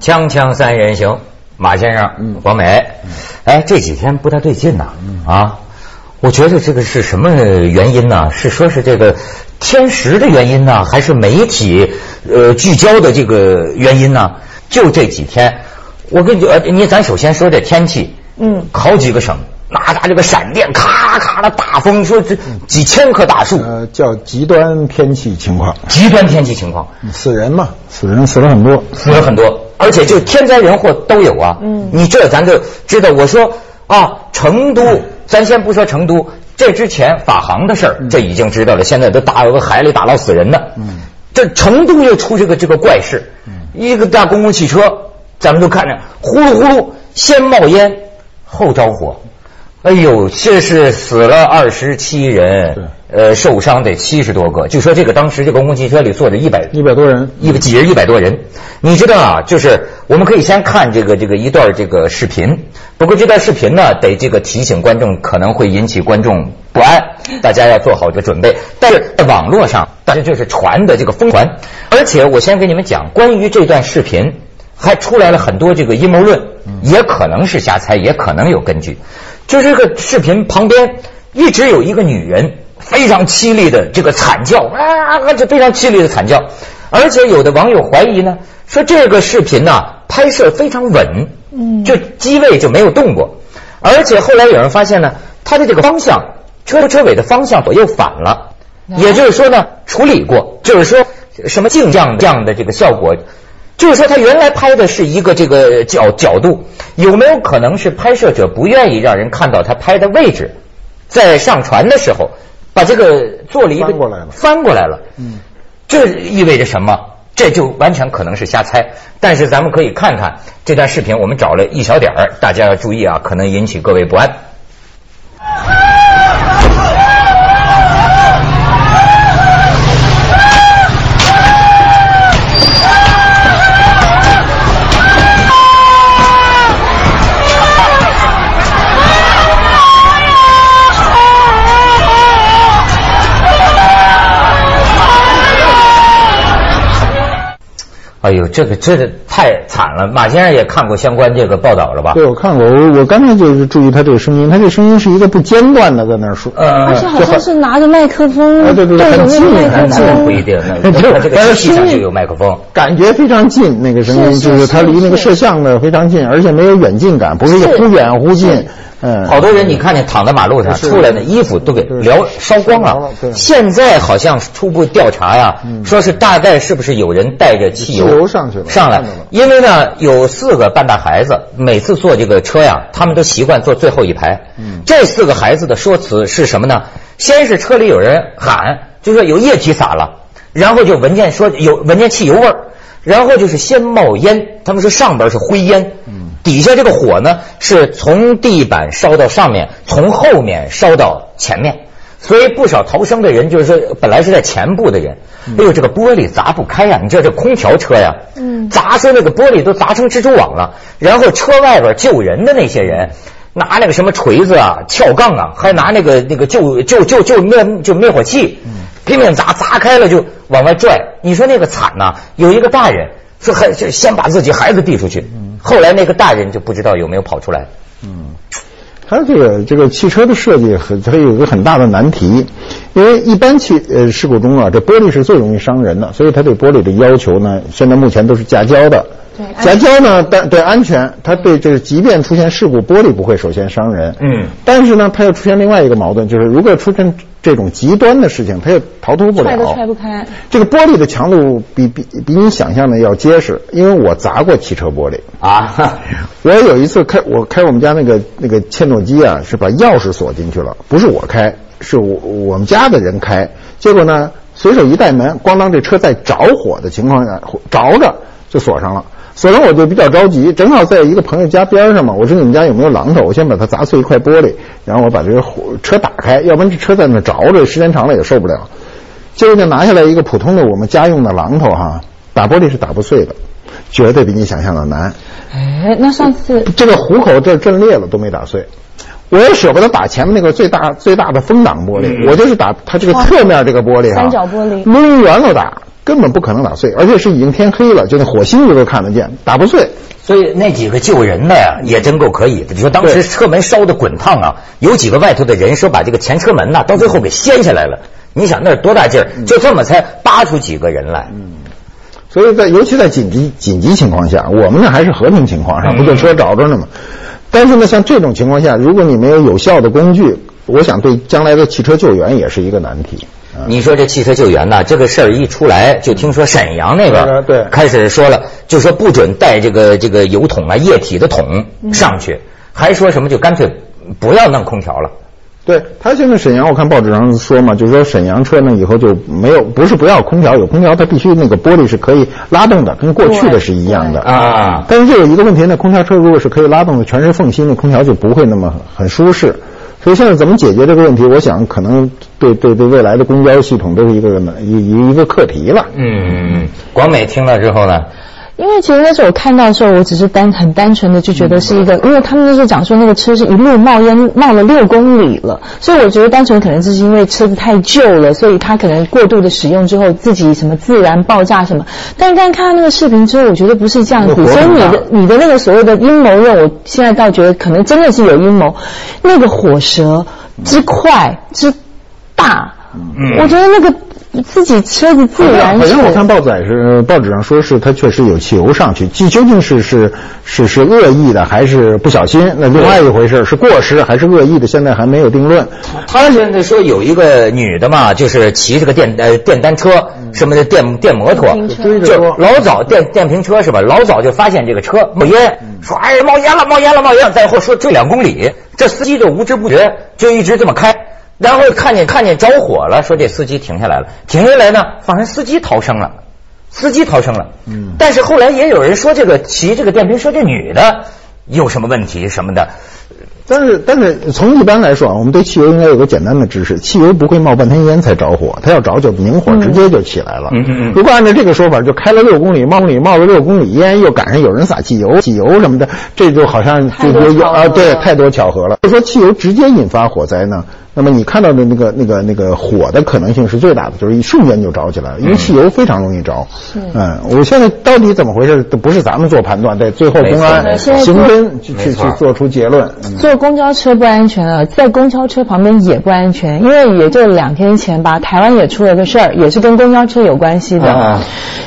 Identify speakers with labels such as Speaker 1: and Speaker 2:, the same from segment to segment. Speaker 1: 锵锵三人行，马先生，
Speaker 2: 嗯
Speaker 1: 黄美，哎，这几天不太对劲呐、啊，我觉得这个是什么原因呢、是说是这个天时的原因呢、还是媒体呃聚焦的这个原因呢、就这几天，我跟你呃，你咱首先说这天气，
Speaker 3: 嗯，
Speaker 1: 好几个省。那家这个闪电，咔咔的大风，说这几千棵大树，
Speaker 2: 呃，叫极端天气情况，
Speaker 1: 极端天气情况，
Speaker 2: 死人嘛，死人死了很多。
Speaker 1: 死了很多，而且就天灾人祸都有啊。
Speaker 3: 嗯
Speaker 1: 你这咱就知道。我说啊，成
Speaker 2: 嗯
Speaker 1: 都，咱先不说成都，这之前法航的事儿，这已经知道了，现在都打有个海里打捞死人的。
Speaker 2: 嗯，
Speaker 1: 这成都又出这个这个怪事，一个大公共汽车，咱们就看着呼噜呼噜，先冒烟，后着火。哎呦，这是死了二十七
Speaker 2: 对
Speaker 1: 人，呃，受伤得七十多个。就说这个当时这公共汽车里坐着一百
Speaker 2: 一百多人，
Speaker 1: 一百几人一百多人，你知道啊？就是我们可以先看这个这个一段这个视频，不过这段视频呢，得这个提醒观众，可能会引起观众不安，大家要做好这个准备。但是在网络上，大家就是传的这个疯传，而且我先给你们讲，关于这段视频还出来了很多这个阴谋论，也可能是瞎猜，也可能有根据。就是这个视频旁边一直有一个女人非常凄厉的这个惨叫，啊，啊这非常凄厉的惨叫。而且有的网友怀疑呢，说这个视频呐、拍摄非常稳，
Speaker 3: 嗯
Speaker 1: 就机位就没有动过。而且后来有人发现呢，它的这个方向，车车尾的方向左右反了，也就是说呢，处理过，就是说什么镜像这样的这个效果，就是说他原来拍的是一个这个角角度，有没有可能是拍摄者不愿意让人看到他拍的位置，在上传的时候把这个做了一个
Speaker 2: 翻过来了
Speaker 1: 翻过来了，
Speaker 2: 嗯，
Speaker 1: 这意味着什么？这就完全可能是瞎猜，但是咱们可以看看这段视频，我们找了一小点儿，大家要注意啊，可能引起各位不安。哎呦，这个真的太惨了！马先生也看过相关这个报道了吧？
Speaker 2: 对我看过，我我刚才就是注意他这个声音，他这声音是一个不间断的在那儿说，
Speaker 1: 呃
Speaker 3: 而且好像是拿着麦克风，
Speaker 2: 嗯哎对对对
Speaker 3: 着
Speaker 2: 很
Speaker 3: 那
Speaker 2: 近
Speaker 3: 个麦
Speaker 2: 很
Speaker 3: 克
Speaker 2: 近
Speaker 1: 那
Speaker 3: 风，
Speaker 1: 不一定，那
Speaker 2: 就
Speaker 1: 他这个
Speaker 2: 呃
Speaker 1: 机器上
Speaker 2: 声
Speaker 1: 就
Speaker 2: 音
Speaker 1: 有麦克风。
Speaker 2: 感觉非常近，那个声音
Speaker 3: 是是
Speaker 2: 就是他
Speaker 3: 是
Speaker 2: 离那个
Speaker 3: 是
Speaker 2: 摄像的非常近，而且没有远近感，不是一个
Speaker 3: 是
Speaker 2: 忽远忽近，嗯，
Speaker 1: 好多人你看见躺在马路上
Speaker 2: 是
Speaker 1: 出来的衣服都给
Speaker 2: 对
Speaker 1: 燎烧光
Speaker 2: 烧
Speaker 1: 了
Speaker 2: 了。对嗯
Speaker 1: 现在好像初步调查呀，说是大概是不是有人带着汽油
Speaker 2: 汽油上去了
Speaker 1: 上来
Speaker 2: 看到了，
Speaker 1: 因为呢有四个半大孩子，每次坐这个车呀，他们都习惯坐最后一排。
Speaker 2: 嗯
Speaker 1: 这四个孩子的说辞是什么呢？先是车里有人喊，就说有液体洒了，然后就闻见说有闻见汽油味儿，然后就是先冒烟，他们说上边是灰烟，
Speaker 2: 嗯
Speaker 1: 底下这个火呢是从地板烧到上面，从后面烧到前面。所以不少逃生的人，就是说本来是在前部的人，
Speaker 2: 嗯
Speaker 1: 哎呦，这个玻璃砸不开呀、你知道这空调车呀、
Speaker 3: 嗯
Speaker 1: 砸出那个玻璃都砸成蜘蛛网了。然后车外边救人的那些人，拿那个什么锤子啊、撬杠啊，还拿那个那个救救救救灭就灭火器，拼命砸，砸开了就往外拽。你说那个惨呐、有一个大人说还就先把自己孩子递出去，后来那个大人就不知道有没有跑出来。
Speaker 2: 嗯，它这个这个汽车的设计很，它有一个很大的难题，因为一般汽呃事故中啊，这玻璃是最容易伤人的，所以它对玻璃的要求呢，现在目前都是夹胶的。
Speaker 3: 对
Speaker 2: 夹
Speaker 3: 安
Speaker 2: 胶呢，但对安全，它对就是即便出现事故，玻璃不会首先伤人。
Speaker 1: 嗯
Speaker 2: 但是呢，它又出现另外一个矛盾，就是如果出现这种极端的事情，它又逃脱不了。
Speaker 3: 踹都踹不开。
Speaker 2: 这个玻璃的强度比比比你想象的要结实，因为我砸过汽车玻璃。
Speaker 1: 啊，
Speaker 2: 我有一次开我开我们家那个那个切诺基啊，是把钥匙锁进去了，不是我开，是我我们家的人开。结果呢，随手一带门，咣当，这车在着火的情况下火着着就锁上了。锁上我就比较着急，正好在一个朋友家边上嘛，我说你们家有没有榔头？我先把它砸碎一块玻璃，然后我把这个火车打开，要不然这车在那着着，时间长了也受不了。结果就拿下来一个普通的我们家用的榔头哈，打玻璃是打不碎的，绝对比你想象的难。
Speaker 3: 哎，那上次
Speaker 2: 这个虎口这儿震裂了都没打碎，我也舍不得打前面那个最大嗯最大的风挡玻璃，我就是打它这个侧面这个玻璃啊，
Speaker 3: 三角玻璃
Speaker 2: 抡圆了打，根本不可能打碎，而且是已经天黑了，就那火星子都看得见，打不碎。
Speaker 1: 所以那几个救人的呀，也真够可以的。你说当时车门烧的滚烫啊，有几个外头的人说把这个前车门呐、到最后给掀下来了。你想那是多大劲
Speaker 2: 嗯
Speaker 1: 儿？就这么才扒出几个人来。
Speaker 2: 所以在尤其在紧急紧急情况下，我们那还是和平情况下，不就车着着呢吗？但是呢，像这种情况下，如果你没有有效的工具，我想对将来的汽车救援也是一个难题。
Speaker 1: 嗯你说这汽车救援呐、这个事儿一出来，就听说沈阳那边儿
Speaker 2: 对对
Speaker 1: 开始说了，就说不准带这个这个油桶啊、液体的桶
Speaker 2: 嗯
Speaker 1: 上去，还说什么就干脆不要弄空调了。
Speaker 2: 对他现在沈阳，我看报纸上说嘛，就是说沈阳车呢以后就没有，不是不要空调，有空调它必须那个玻璃是可以拉动的，跟过去的是一样的
Speaker 1: 对啊
Speaker 2: 但是这有一个问题，那空调车如果是可以拉动的，全是缝隙，那空调就不会那么很舒适。所以现在怎么解决这个问题，我想可能对对对未来的公交系统都是一个一一一个课题了。
Speaker 1: 嗯，广美听了之后呢，
Speaker 3: 因为其实那时候我看到的时候，我只是单很单纯的就觉得是一个，
Speaker 2: 嗯
Speaker 3: 因为他们那时候讲说那个车是一路冒烟冒了六公里了，所以我觉得单纯可能就是因为车子太旧了，所以它可能过度的使用之后自己什么自燃爆炸什么。但刚看到那个视频之后，我觉得不是这样子，
Speaker 2: 那火
Speaker 3: 所
Speaker 2: 很
Speaker 3: 以你
Speaker 2: 大
Speaker 3: 的你的那个所谓的阴谋论，我现在倒觉得可能真的是有阴谋。那个火舌之快之大，我觉得那个自己车子自燃
Speaker 2: 嗯好
Speaker 3: 是
Speaker 2: 像我看报载是呃报纸上说是它确实有汽油上去，既究竟是是是是恶意的还是不小心，那另外一回事儿，是过失还是恶意的，现在还没有定论。
Speaker 1: 他现在说有一个女的嘛，就是骑这个电呃电单车什么的电电摩托
Speaker 3: 嗯电瓶，车
Speaker 2: 追着
Speaker 1: 就
Speaker 2: 说
Speaker 1: 老早电电瓶车是吧？老早就发现这个车冒烟，
Speaker 3: 嗯
Speaker 1: 说哎呀冒烟了冒烟了冒烟了，再后说追两公里，这司机就无知不觉就一直这么开，然后看见看见着火了，说这司机停下来了，停下来呢，发现司机逃生了。司机逃生了，嗯，但是后来也有人说，这个骑这个电瓶车这女的有什么问题什么的，
Speaker 2: 但是但是从一般来说啊，我们对汽油应该有个简单的知识，汽油不会冒半天烟才着火，它要着就明火直接就起来了。
Speaker 1: 嗯嗯嗯
Speaker 2: 如果按照这个说法，就开了六公里，冒公里冒了六公里烟，又赶上有人撒汽油、汽油什么的，这就好像
Speaker 3: 太
Speaker 2: 就
Speaker 3: 多
Speaker 2: 有有
Speaker 3: 巧合
Speaker 2: 啊，对，
Speaker 3: 了
Speaker 2: 太多巧合了。就说汽油直接引发火灾呢，那么你看到的那个那个那个火的可能性是最大的，就是一瞬间就着起来了，因为汽油非常容易着。嗯，我现在到底怎么回事，都不是咱们做判断，得最后
Speaker 1: 没错
Speaker 2: 公安
Speaker 1: 没
Speaker 3: 错
Speaker 2: 刑侦去去
Speaker 1: 没错
Speaker 2: 去做出结论。嗯
Speaker 3: 坐公交车不安全啊，在公交车旁边也不安全，因为也就两天前吧，台湾也出了个事儿，也是跟公交车有关系的。
Speaker 1: 啊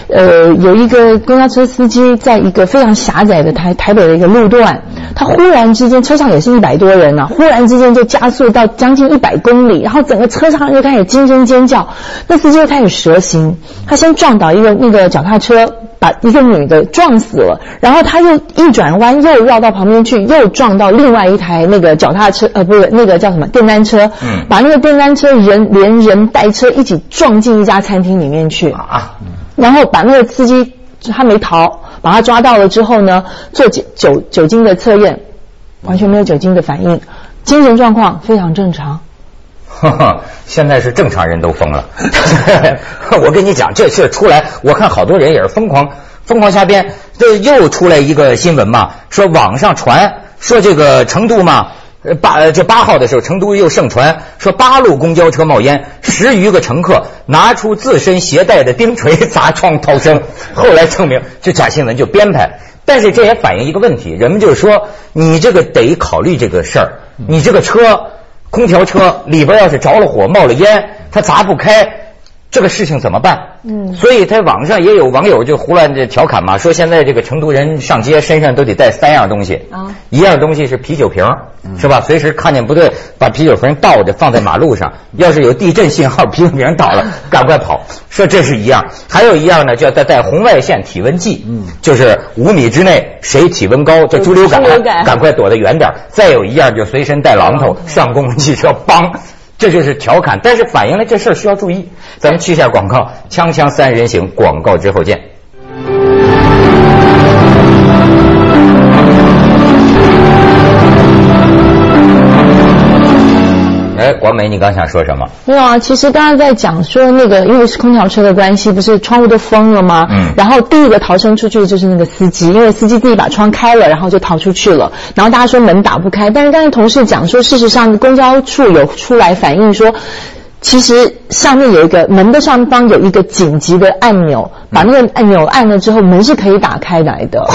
Speaker 3: 呃，有一个公交车司机在一个非常狭窄的台台北的一个路段，他忽然之间车上也是一百多人呢、忽然之间就加速到将近一百公里，然后整个车上就开始惊声尖叫，那司机就开始蛇行，他先撞倒一个那个脚踏车。把一个女的撞死了，然后他又一转弯，又绕到旁边去，又撞到另外一台那个脚踏车，呃，不是那个叫什么电单车，
Speaker 1: 嗯
Speaker 3: 把那个电单车人连人带车一起撞进一家餐厅里面去，
Speaker 1: 啊，
Speaker 3: 然后把那个司机他没逃，把他抓到了之后呢，做酒酒酒精的测验，完全没有酒精的反应，精神状况非常正常。
Speaker 1: 哈哈， 现在是正常人都疯了。 我跟你讲，这事儿出来，我看好多人也是疯狂疯狂瞎编。这又出来一个新闻嘛，说网上传说这个成都嘛，呃八这八号的时候，成都又盛传说八路公交车冒烟，十余个乘客拿出自身携带的冰锤砸窗逃生。后来证明，这假新闻就编排。但是这也反映一个问题，人们就是说，你这个得考虑这个事儿，你这个车。空调车里边要是着了火、冒了烟，它砸不开，这个事情怎么办？嗯，所以在网上也有网友就胡乱这调侃嘛，说现在这个成都人上街身上都得带三样东西
Speaker 3: 啊
Speaker 1: 一样东西是啤酒瓶，是吧？随时看见不对，把啤酒瓶倒着放在马路上，要是有地震信号，啤酒瓶倒 了，赶快跑。说这是一样，还有一样呢，叫带带红外线体温计，嗯，就是五米之内谁体温高，叫猪流感，
Speaker 3: 猪流 感嗯
Speaker 1: 赶快躲得远点儿。再有一样就随身带榔头，上公共汽车，梆。这就是调侃，但是反映了这事儿需要注意。咱们去一下广告，《锵锵三人行》广告之后见。哎，广美，你刚想说什么？
Speaker 3: 没有啊，其实刚刚在讲说那个，因为是空调车的关系，不是窗户都封了吗？
Speaker 1: 嗯
Speaker 3: 然后第一个逃生出去的就是那个司机，因为司机自己把窗开了，然后就逃出去了。然后大家说门打不开，但是刚才同事讲说，事实上公交处有出来反映说。其实上面有一个门的上方有一个紧急的按钮，把那个按钮按了之后，门是可以打开来的。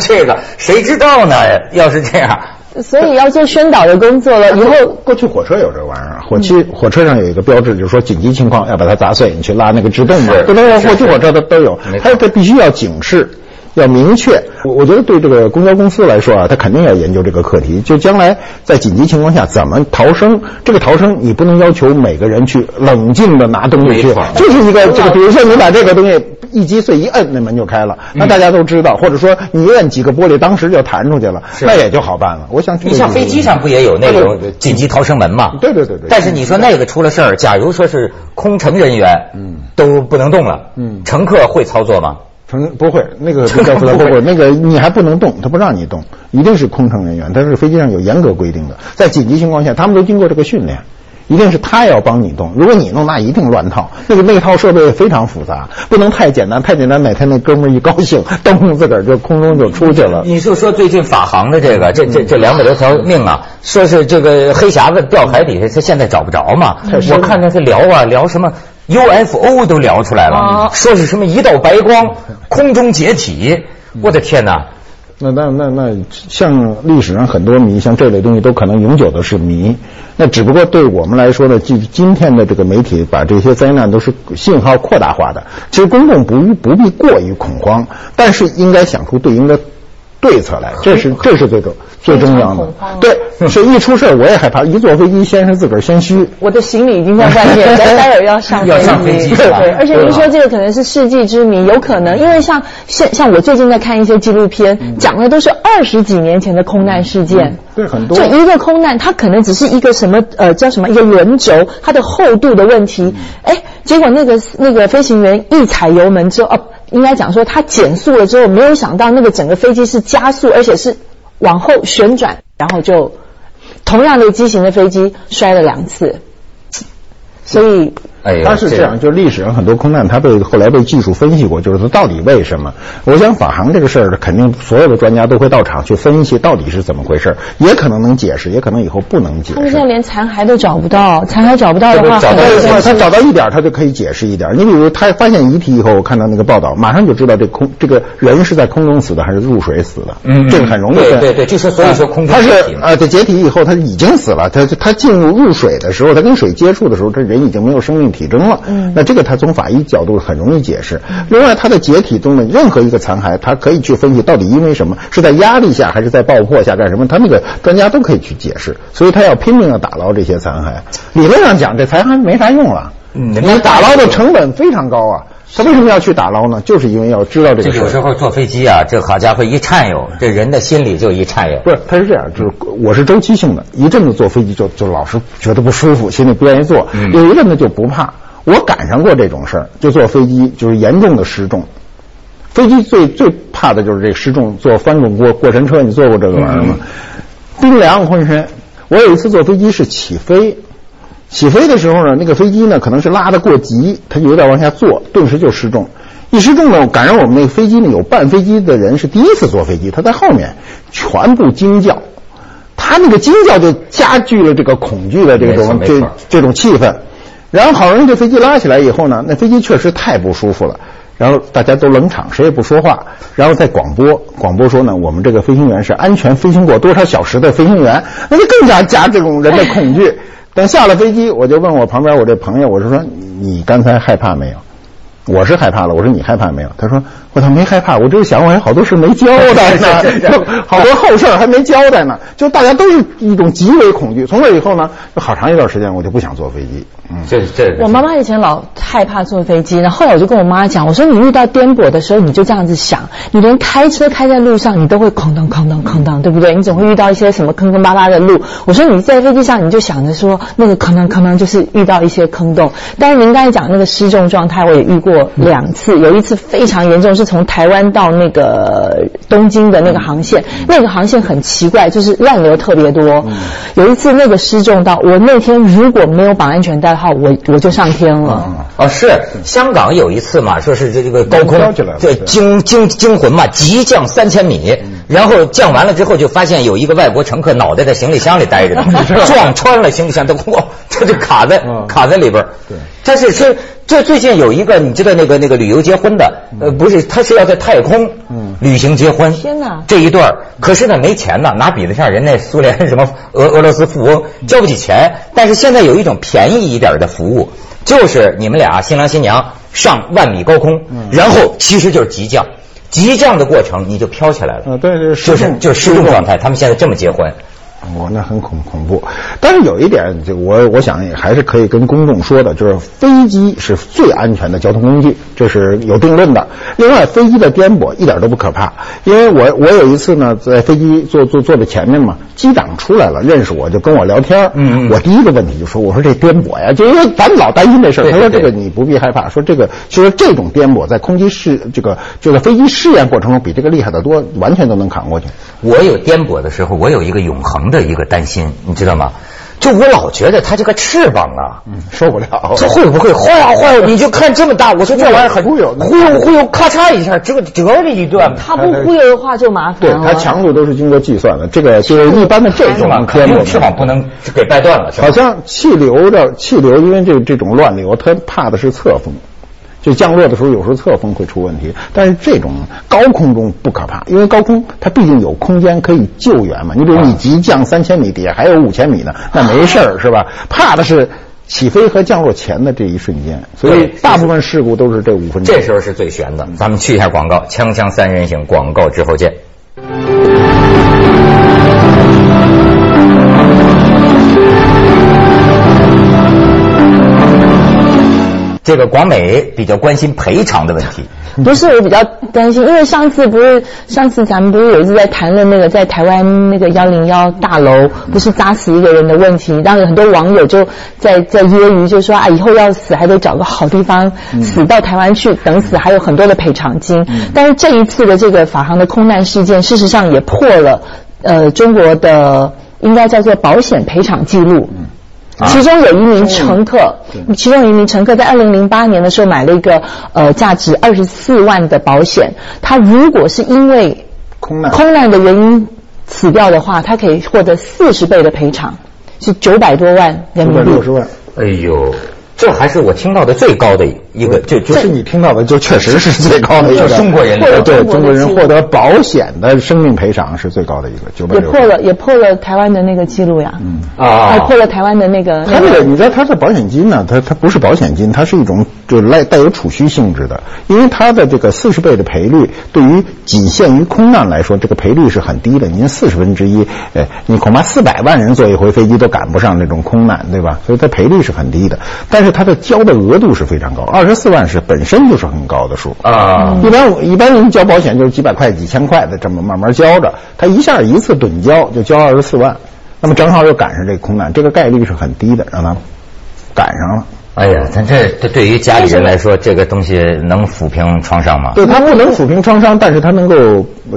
Speaker 1: 这个谁知道呢？要是这样，
Speaker 3: 所以要做宣导的工作了。以后
Speaker 2: 过去火车有这玩意儿，啊
Speaker 1: 嗯
Speaker 2: 火去火车上有一个标志，就是说紧急情况要把它砸碎，你去拉那个制动嘛
Speaker 1: 是，
Speaker 2: 对对
Speaker 1: 是
Speaker 2: 对，过去火车都都有
Speaker 1: 没错，
Speaker 2: 还有这必须要警示。要明确，我我觉得对这个公交公司来说啊，他肯定要研究这个课题。就将来在紧急情况下怎么逃生，这个逃生你不能要求每个人去冷静的拿东西
Speaker 1: 没
Speaker 2: 去
Speaker 1: 错，
Speaker 2: 就是一个这个，比如说你把这个东西一击碎一摁，那门就开了，
Speaker 1: 嗯
Speaker 2: 那大家都知道，或者说你一摁几个玻璃，当时就弹出去了，那也就好办了。我想这
Speaker 1: 你像
Speaker 2: 个
Speaker 1: 飞机上不也有那种
Speaker 3: 嗯
Speaker 1: 紧急逃生门吗？
Speaker 2: 对对对对
Speaker 1: 啊但是你说那个出了事儿，假如说是空乘人员，嗯，都不能动了，
Speaker 2: 嗯
Speaker 1: 乘客会操作吗？
Speaker 2: 乘不会，那个不不不不，那个你还不能动，他不让你动，一定是空乘人员，他是飞机上有严格规定的，在紧急情况下，他们都经过这个训练。一定是他要帮你动，如果你弄，那一定乱套。那个那套设备非常复杂，不能太简单，太简单哪天那哥们儿一高兴， 噔自个儿就空中就出去了。
Speaker 1: 你就说最近法航的这个这
Speaker 2: 嗯
Speaker 1: 这这两百多条命啊，说是这个黑匣子掉海底下，他现在找不着嘛。我看他是聊啊聊什么 UFO 都聊出来了
Speaker 2: 啊
Speaker 3: 哦，
Speaker 1: 说是什么一道白光空中解体，
Speaker 2: 嗯
Speaker 1: 我的天哪！
Speaker 2: 那那那那，像历史上很多谜，像这类东西都可能永久的是谜。那只不过对我们来说呢，今今天的这个媒体把这些灾难都是信号扩大化的。其实公众不不必过于恐慌，但是应该想出对应的对策来，这是这是最重最重要的
Speaker 3: 恐慌。
Speaker 2: 对， 是一出事儿我也害怕，一坐飞机先是自个儿先虚。
Speaker 3: 我的行李已经在外 面，待待会儿要上
Speaker 1: 要上飞机
Speaker 3: 对
Speaker 1: 是吧，啊
Speaker 3: 而且您说这个可能是世纪之谜，有可能，因为像像像我最近在看一些纪录
Speaker 1: 嗯
Speaker 3: 片，讲的都是二十几年前的空难事件。
Speaker 2: 对，很多
Speaker 3: 就一个空难，它可能只是一个什么呃叫什么一个轮轴，它的厚度的问题。哎，结果那个那个飞行员一踩油门之后，哦，应该讲说他减速了之后，没有想到那个整个飞机是加速，而且是往后旋转，然后就同样的机型的飞机摔了两次。所以
Speaker 1: 哎呦，
Speaker 2: 它是这样，就是历史上很多空难，它被后来被技术分析过，就是它到底为什么？我想法航这个事儿，肯定所有的专家都会到场去分析到底是怎么回事儿，也可能能解释，也可能以后不能解
Speaker 3: 他们现在
Speaker 2: 释。
Speaker 3: 连残骸都找不到，残骸找不到的话，
Speaker 1: 这不找到
Speaker 3: 很
Speaker 1: 也不
Speaker 3: 多
Speaker 2: 对，
Speaker 3: 人
Speaker 2: 他找到一点儿，他就可以解释一点儿。你比如他发现遗体以后，我看到那个报道，马上就知道这空这个人是在空中死的还是入水死的，
Speaker 1: 嗯嗯
Speaker 2: 这个很容易
Speaker 1: 对
Speaker 2: 分
Speaker 1: 对对就是所以说空中
Speaker 2: 他是
Speaker 1: 解体嘛
Speaker 2: 啊，对，解体以后他已经死了，他他进入入水的时候，他跟水接触的时候，这人已经没有生命体征了。
Speaker 3: 嗯
Speaker 2: 那这个他从法医角度很容易解释。另外，他的解体中的任何一个残骸，他可以去分析到底因为什么，是在压力下还是在爆破下干什么，他那个专家都可以去解释。所以他要拼命的打捞这些残骸。理论上讲，这残骸没啥用了，
Speaker 1: 嗯
Speaker 2: 你打捞的成本非常高啊。他为什么要去打捞呢？就是因为要知道这
Speaker 1: 这
Speaker 2: 个事
Speaker 1: 有
Speaker 2: 儿。
Speaker 1: 时候坐飞机啊，这好家伙一颤悠，这人的心里就一颤悠。
Speaker 2: 不是，他是这样，就是我是周期性的，一阵子坐飞机就就老是觉得不舒服，心里不愿意坐，
Speaker 1: 嗯
Speaker 2: 有一阵子就不怕。我赶上过这种事儿，就坐飞机就是严重的失重。飞机最最怕的就是这个失重，坐翻滚过过山车，你坐过这个玩意儿吗？冰凉浑身。我有一次坐飞机是起飞，起飞的时候呢，那个飞机呢可能是拉得过急，它有点往下坐，顿时就失重。一失重呢，赶上我们那个飞机呢有半飞机的人是第一次坐飞机，他在后面全部惊叫，他那个惊叫就加剧了这个恐惧的这种
Speaker 1: 没错没
Speaker 2: 这
Speaker 1: 错
Speaker 2: 这种气氛。然后好容易这飞机拉起来以后呢，那飞机确实太不舒服了。然后大家都冷场，谁也不说话。然后在广播，广播说呢，我们这个飞行员是安全飞行过多少小时的飞行员，那就更加加这种人的 恐惧。等下了飞机，我就问我旁边我这朋友，我就说你刚才害怕没有？我是害怕了，我说你害怕没有？他说我操没害怕，我就是想我还有好多事没交代
Speaker 1: 是是是
Speaker 2: 呢，好多后事儿还没交代呢，就大家都是一种极为恐惧。从那以后呢，就好长一段时间我就不想坐飞机。嗯，
Speaker 1: 这这，
Speaker 3: 我妈妈以前老害怕坐飞机，然后后来我就跟我妈讲，我说你遇到颠簸的时候，你就这样子想，你连开车开在路上，你都会哐当哐当哐当，对不对？你总会遇到一些什么坑坑巴巴的路。我说你在飞机上，你就想着说那个哐当哐当就是遇到一些坑洞。但是您刚才讲那个失重状态，我也遇过两次，有一次非常严重，是是从台湾到那个东京的那个航线，那个航线很奇怪，就是乱流特别多。有一次那个失重到我那天如果没有绑安全带的话，我我就上天了。
Speaker 1: 哦，是香港有一次嘛，说是这这个高空
Speaker 2: 嗯飘起来了
Speaker 1: 对
Speaker 2: 对
Speaker 1: 惊惊惊魂嘛，急降三千米，
Speaker 2: 嗯
Speaker 1: 然后降完了之后就发现有一个外国乘客脑袋在行李箱里待着 呢，撞穿了行李箱，他哇，他就卡在
Speaker 2: 嗯
Speaker 1: 卡在里边儿
Speaker 2: 对
Speaker 1: 但是是这最近有一个你知道那个那个旅游结婚的，呃，不是，他是要在太空
Speaker 2: 嗯
Speaker 1: 旅行结婚，
Speaker 3: 天哪
Speaker 1: 这一段儿，可是呢没钱呢，哪比得上人那苏联什么俄俄罗斯富翁交不起钱？但是现在有一种便宜一点儿的服务，就是你们俩新郎新娘上万米高空，然后其实就是急降，急降的过程你就飘起来了，
Speaker 2: 啊对对
Speaker 1: 就
Speaker 2: 失
Speaker 1: 是
Speaker 2: 重
Speaker 1: 就是失重状态，他们现在这么结婚，
Speaker 2: 我哦那很恐恐怖，但是有一点，就我我想也还是可以跟公众说的，就是飞机是最安全的交通工具，这是有定论的。另外，飞机的颠簸一点都不可怕，因为我我有一次呢，在飞机坐坐坐在前面嘛，机长出来了，认识我就跟我聊天儿
Speaker 1: 嗯嗯
Speaker 2: 我第一个问题就说，我说这颠簸呀，就因为咱们老担心这事儿，
Speaker 1: 对
Speaker 2: 他说
Speaker 1: 对
Speaker 2: 这
Speaker 1: 对
Speaker 2: 个你不必害怕，说这个其实这种颠簸在空机试这个就在飞机试验过程中比这个厉害得多，完全都能扛过去。
Speaker 1: 我有颠簸的时候，我有一个永恒的一个担心，你知道吗？就我老觉得它这个翅膀啊，
Speaker 2: 嗯，受不了。
Speaker 1: 它会不会晃晃？你就看这么大，我说这玩意儿很
Speaker 2: 忽悠
Speaker 1: 忽悠忽悠，咔嚓一下折折了一段。
Speaker 3: 他不忽悠的话就麻
Speaker 2: 对
Speaker 3: 烦了。
Speaker 2: 它强度都是经过计算的，这个就是一般的这
Speaker 1: 翅
Speaker 2: 种
Speaker 1: 膀肯
Speaker 2: 颠
Speaker 1: 定
Speaker 2: 簸
Speaker 1: 翅膀不能给掰断了，是吧
Speaker 2: 好像气流的气流，因为这这种乱流，它怕的是侧风，就降落的时候有时候侧风会出问题。但是这种高空中不可怕，因为高空它毕竟有空间可以救援嘛。你比
Speaker 1: 啊
Speaker 2: 如你急降三千米，底下还有五千米呢，那没事儿是吧？怕的是起飞和降落前的这一瞬间，所
Speaker 1: 对
Speaker 2: 以大部分事故都是这五分钟。
Speaker 1: 这时候是最悬的。咱们去一下广告，锵锵三人行，广告之后见。这个广美比较关心赔偿的问题，
Speaker 3: 不是我比较担心，因为上次不是上次咱们不是有一次在谈论那个在台湾那个幺零幺大楼不是砸死一个人的问题，当然很多网友就在在揶揄，就说啊以后要死还得找个好地方死到台湾去，等死还有很多的赔偿金。但是这一次的这个法航的空难事件，事实上也破了呃中国的应该叫做保险赔偿记录。
Speaker 1: 啊
Speaker 3: 其中有一名乘客，其中有一名乘客在二零零八年的时候买了一个呃价值二十四万的保险，他如果是因为
Speaker 2: 空难
Speaker 3: 空难的原因死掉的话，他可以获得四十倍的赔偿，是九百多万人民币。
Speaker 2: 六十万。
Speaker 1: 哎呦，这还是我听到的最高的一个，就就
Speaker 2: 就是你听到的，就确实是最高的一个。
Speaker 1: 就是中国人获
Speaker 2: 对
Speaker 1: 得
Speaker 2: 对，
Speaker 3: 中
Speaker 2: 中
Speaker 3: 国
Speaker 2: 国
Speaker 3: 的纪
Speaker 2: 人
Speaker 3: 录
Speaker 2: 获得保险的生命赔偿是最高的一个，九百
Speaker 3: 也
Speaker 2: 六。
Speaker 3: 破了，也破了台湾的那个记录呀，还
Speaker 1: 啊
Speaker 3: 破了台湾的那个。
Speaker 2: 它
Speaker 3: 那
Speaker 2: 这
Speaker 3: 个
Speaker 2: 个，你知道它是保险金呢，它它不是保险金，它是一种就来带有储蓄性质的，因为它的这个四十倍的赔率，对于仅限于空难来说，这个赔率是很低的。您四十分之一，呃，你恐怕四百万人坐一回飞机都赶不上这种空难，对吧？所以它赔率是很低的，但是它的交的额度是非常高，二十四万是本身就是很高的数。
Speaker 1: 啊！
Speaker 2: 一般我一般人交保险就是几百块、几千块的这么慢慢交着，他一下一次趸交就交二十四万，那么正好又赶上这空难，这个概率是很低的，让他赶上了。
Speaker 1: 哎呀，咱这这对于家里人来说，这个东西能抚平创伤吗？
Speaker 2: 对他不能抚平创伤，但是他能够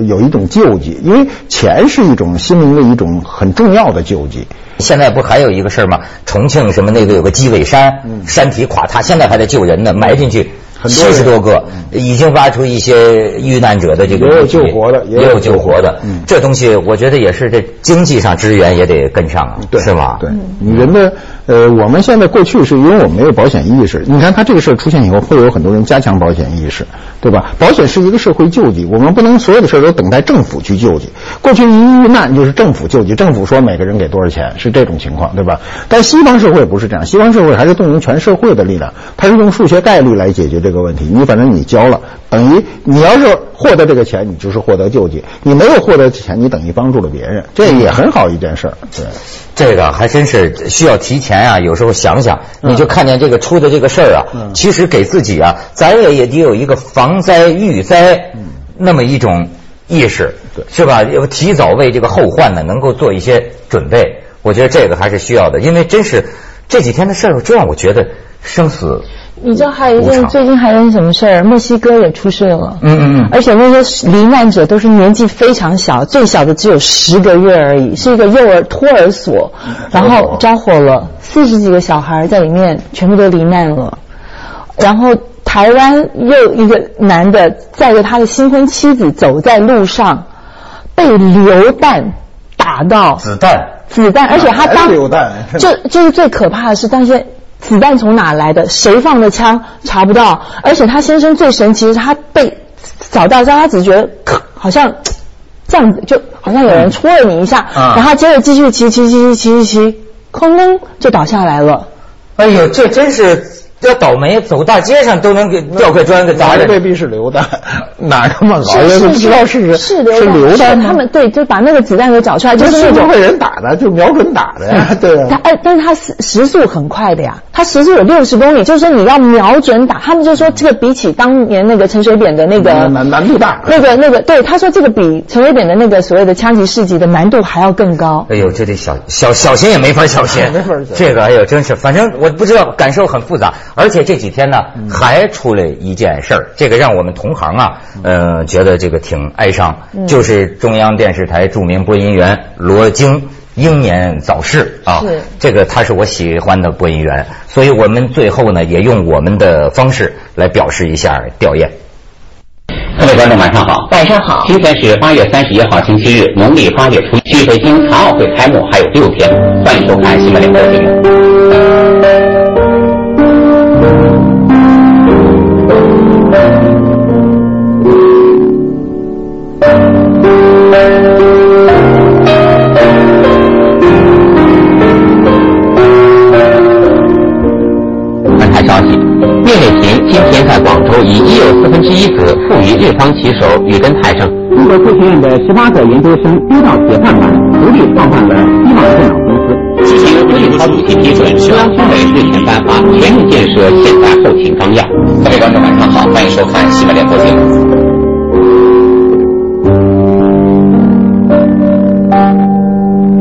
Speaker 2: 有一种救济，因为钱是一种心灵的一种很重要的救济。
Speaker 1: 现在不还有一个事儿吗？重庆什么那个有个鸡尾山，山体垮塌，现在还在救人呢，埋进去
Speaker 2: 嗯很多
Speaker 1: 七
Speaker 2: 人嗯
Speaker 1: 十多个，已经挖出一些遇难者的这个
Speaker 2: 也有
Speaker 1: 遗体
Speaker 2: 救活的也
Speaker 1: 也
Speaker 2: 有
Speaker 1: 有救活的
Speaker 2: 嗯。
Speaker 1: 这东西我觉得也是这经济上支援也得跟上啊，
Speaker 2: 对，
Speaker 1: 是吧？
Speaker 2: 对，嗯你人的呃，我们现在过去是因为我们没有保险意识。你看他这个事儿出现以后，会有很多人加强保险意识，对吧？保险是一个社会救济，我们不能所有的事儿都等待政府去救济。过去一遇难就是政府救济，政府说每个人给多少钱，是这种情况，对吧？但西方社会不是这样，西方社会还是动用全社会的力量，它是用数学概率来解决这个问题。你反正你交了，等于你要是获得这个钱，你就是获得救济；你没有获得钱，你等于帮助了别人，这也很好一件事儿，对。
Speaker 1: 这个还真是需要提前啊，有时候想想，你就看见这个出的这个事儿啊，
Speaker 2: 嗯
Speaker 1: 其实给自己啊，咱也也得有一个防灾预灾那么一种意识，
Speaker 2: 对
Speaker 1: 是吧？要提早为这个后患呢，能够做一些准备。我觉得这个还是需要的，因为真是这几天的事儿，就让我觉得生死
Speaker 3: 你知道还有一
Speaker 1: 无
Speaker 3: 件
Speaker 1: 偿
Speaker 3: 最近还有一件什么事儿？墨西哥也出事了。
Speaker 1: 嗯嗯嗯，
Speaker 3: 而且那些罹难者都是年纪非常小，最小的只有十个月而已，是一个幼儿托儿所，
Speaker 2: 嗯
Speaker 3: 然后着火了，四十几个小孩在里面全部都罹难了。然后台湾又一个男的载着他的新婚妻子走在路上，被流弹打到
Speaker 1: 子弹
Speaker 3: 子弹，而且他
Speaker 2: 哪来
Speaker 3: 当
Speaker 2: 的嗯榴弹
Speaker 3: 就就是最可怕的是，当时子弹从哪来的，谁放的枪查不到，而且他先生最神奇的是他被扫到之后，他只觉得咳好像这样子，就好像有人戳了你一下，
Speaker 1: 嗯啊
Speaker 3: 然后接着继续骑骑骑骑骑骑，哐噔就倒下来了。
Speaker 1: 哎呦，这真是要倒霉，走大街上都能给掉块砖给砸
Speaker 2: 哪个
Speaker 1: 着。
Speaker 2: 未必是榴弹，哪个嘛搞的不知道是
Speaker 3: 是
Speaker 2: 是榴弹吗
Speaker 3: 他们对，就把那个子弹给找出来，就
Speaker 2: 这
Speaker 3: 是那
Speaker 2: 是
Speaker 3: 种
Speaker 2: 被人打的，就瞄准打的呀，对
Speaker 3: 他
Speaker 2: 啊。
Speaker 3: 哎，但是他时时速很快的呀，他时速有六十公里，就是说你要瞄准打。他们就说这个比起当年那个陈水扁的那个
Speaker 2: 难难度大
Speaker 3: 那个那个，对，他说这个比陈水扁的那个所谓的枪击事迹的难度还要更高。
Speaker 1: 哎呦，这得小小小心也没法小心，
Speaker 2: 没法小心
Speaker 1: 这个哎呦，真是，反正我不知道，感受很复杂。而且这几天呢，
Speaker 2: 嗯
Speaker 1: 还出了一件事儿，这个让我们同行啊，
Speaker 2: 嗯
Speaker 1: 呃，觉得这个挺哀伤，就是中央电视台著名播音员罗京。英年早逝啊
Speaker 3: 是，
Speaker 1: 这个他是我喜欢的播音员，所以我们最后呢也用我们的方式来表示一下吊唁。
Speaker 4: 各位观众，晚上好。晚上好。今天是八月三十一号，星期日，农历八月初一，距北京残奥会开幕还有六天。欢迎收看新闻联播节目。本台消息，聂磊琴今天在广州以已有四分之一子赋予日方棋手宇根泰胜。中国科学院的十八个研究生都到铁饭碗，独立创办了希望电脑公司。之前由周立涛主席批准，中央军委日前颁发全面建设现代后勤纲要。各位观众，晚上好，欢迎收看新闻联播节目。